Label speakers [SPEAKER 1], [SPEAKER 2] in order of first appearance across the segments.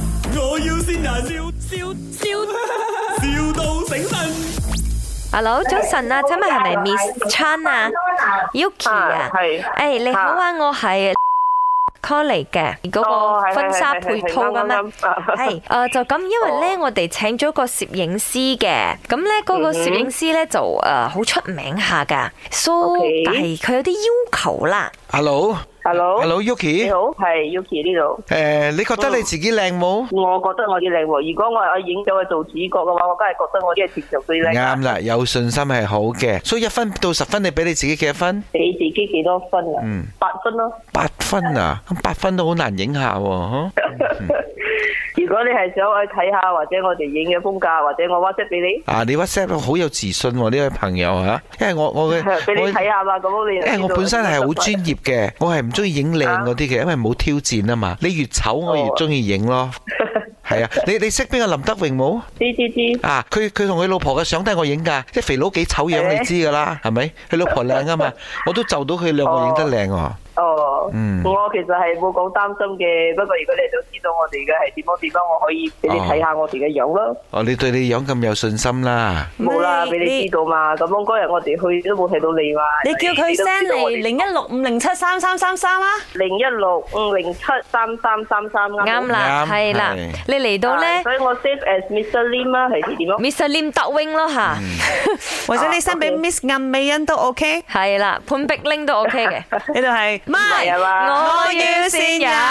[SPEAKER 1] 要先人，笑笑笑，,笑到醒神。
[SPEAKER 2] Hello，早晨啊，今日係咪 Miss Chan 啊，Yuki 啊？
[SPEAKER 3] 啊係
[SPEAKER 2] 誒，你好啊，我 係 call 嚟嘅，嗰
[SPEAKER 3] 哦
[SPEAKER 2] 個
[SPEAKER 3] 係係
[SPEAKER 2] 婚紗
[SPEAKER 3] 係係
[SPEAKER 2] 配套
[SPEAKER 3] 係
[SPEAKER 2] 咁樣
[SPEAKER 3] 啱啱啱。 哦
[SPEAKER 2] 係誒，就咁，因為咧，我哋請咗個攝影師嘅，咁咧嗰
[SPEAKER 3] 嗯
[SPEAKER 2] 個攝影師咧就誒好出名下㗎，so
[SPEAKER 3] OK
[SPEAKER 2] 但係佢有啲要求啦。
[SPEAKER 4] Hello，Hello
[SPEAKER 3] Hello，你
[SPEAKER 4] Yuki，
[SPEAKER 3] 好，系 Yuki 呢度。
[SPEAKER 4] 诶，你覺得你自己靚冇？
[SPEAKER 3] 我覺得我啲靚喎，如果我我影咗佢做主角嘅話，我梗係覺得我啲係全場最靚。啊
[SPEAKER 4] 啱啦，有信心係好嘅，所以一分到十分，你俾你自己幾多分？
[SPEAKER 3] 俾自己幾多分啊？
[SPEAKER 4] 嗯
[SPEAKER 3] 八分咯。
[SPEAKER 4] 八分啊，咁八分都好難影下 喎。嗬
[SPEAKER 3] 如果你係想去睇下，或者我哋影嘅風格，或者我 WhatsApp 俾 你，
[SPEAKER 4] 啊，你 WhatsApp 好有自信喎，呢位朋友吓，因為我我嘅
[SPEAKER 3] 俾你睇
[SPEAKER 4] 我。
[SPEAKER 3] 下嘛。咁你
[SPEAKER 4] 因為我本身係好專
[SPEAKER 3] 專
[SPEAKER 4] 業嘅，我係唔中意影靚嗰啲嘅，因為冇挑戰啊嘛。你越醜我
[SPEAKER 3] 哦
[SPEAKER 4] 越中意 影咯，係啊。你你識邊個林德榮冇？
[SPEAKER 3] 知知知。
[SPEAKER 4] 啊！佢佢同佢老婆嘅相都係我影㗎，即係肥佬幾醜樣
[SPEAKER 3] 係
[SPEAKER 4] 你知㗎啦，係咪？佢老婆靚 啊嘛，我都就到佢兩個影得靚喎。
[SPEAKER 3] 哦，
[SPEAKER 4] 嗯
[SPEAKER 3] 我其實係冇講擔心嘅，不過如果你想知道我哋嘅係點樣點樣，我可以俾你睇下我哋嘅樣咯。
[SPEAKER 4] 哦，你對你樣咁有信心啦。
[SPEAKER 3] 冇啦，
[SPEAKER 5] 你
[SPEAKER 3] 俾你知道嘛。咁我嗰日我哋去都冇睇到你嘛。
[SPEAKER 5] 你叫佢
[SPEAKER 3] 你都知道
[SPEAKER 5] send
[SPEAKER 3] 我
[SPEAKER 5] 嚟
[SPEAKER 3] 哋哦
[SPEAKER 5] 零一六五零七三三三三啊！
[SPEAKER 3] 零一六五零七三三三三
[SPEAKER 2] 啱啦，
[SPEAKER 4] 啱
[SPEAKER 2] 係啦
[SPEAKER 4] 係，
[SPEAKER 2] 你嚟到咧
[SPEAKER 3] 啊所以我 save as Mr Lim 啦，係點咯？
[SPEAKER 2] ，Mr. Lim 德 wing 咯吓，
[SPEAKER 4] 嗯
[SPEAKER 5] 或者你 send 俾
[SPEAKER 3] 啊 OK
[SPEAKER 5] Miss 暗美欣都 OK，
[SPEAKER 2] 係啦，潘碧玲都 OK 嘅。
[SPEAKER 5] 呢度係
[SPEAKER 3] 係啊
[SPEAKER 5] My
[SPEAKER 3] 嘛
[SPEAKER 5] 我要善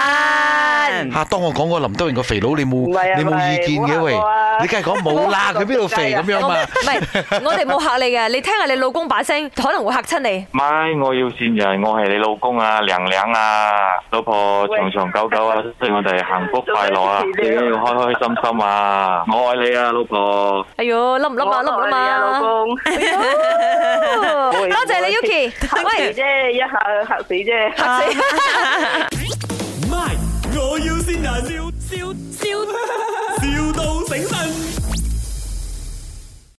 [SPEAKER 5] 人。
[SPEAKER 4] 嚇！啊當我講過林德榮個肥佬，你冇
[SPEAKER 3] 嗯唔係啊
[SPEAKER 4] 你冇意見
[SPEAKER 3] 唔係
[SPEAKER 4] 嘅
[SPEAKER 3] 冇
[SPEAKER 4] 喂
[SPEAKER 3] 嚇我啊？
[SPEAKER 4] 你梗係講冇啦，佢邊度肥咁 樣
[SPEAKER 2] 我
[SPEAKER 4] 嘛？
[SPEAKER 2] 唔係，我哋冇嚇你嘅，你聽下你老公把聲，可能會嚇親你。
[SPEAKER 6] 咪，我要善人，我係你老公啊，娘娘啊，老婆
[SPEAKER 3] 喂
[SPEAKER 6] 長長久久啊，祝我哋幸福快樂啊，
[SPEAKER 3] 做
[SPEAKER 6] 你
[SPEAKER 3] 咩
[SPEAKER 6] 要
[SPEAKER 3] 事啫
[SPEAKER 6] 開開心心啊，我愛你啊，老婆。
[SPEAKER 2] 哎呦，冧唔冧啊？冧唔冧
[SPEAKER 3] 哦老
[SPEAKER 2] 啊？
[SPEAKER 3] 公，
[SPEAKER 2] 哦
[SPEAKER 3] 喂
[SPEAKER 2] 多謝你
[SPEAKER 3] 喂
[SPEAKER 2] ，Yuki。
[SPEAKER 3] 喂
[SPEAKER 2] 喂，
[SPEAKER 3] 啫，一下嚇死啫。
[SPEAKER 1] My，我要先人，笑笑笑，,笑到醒神。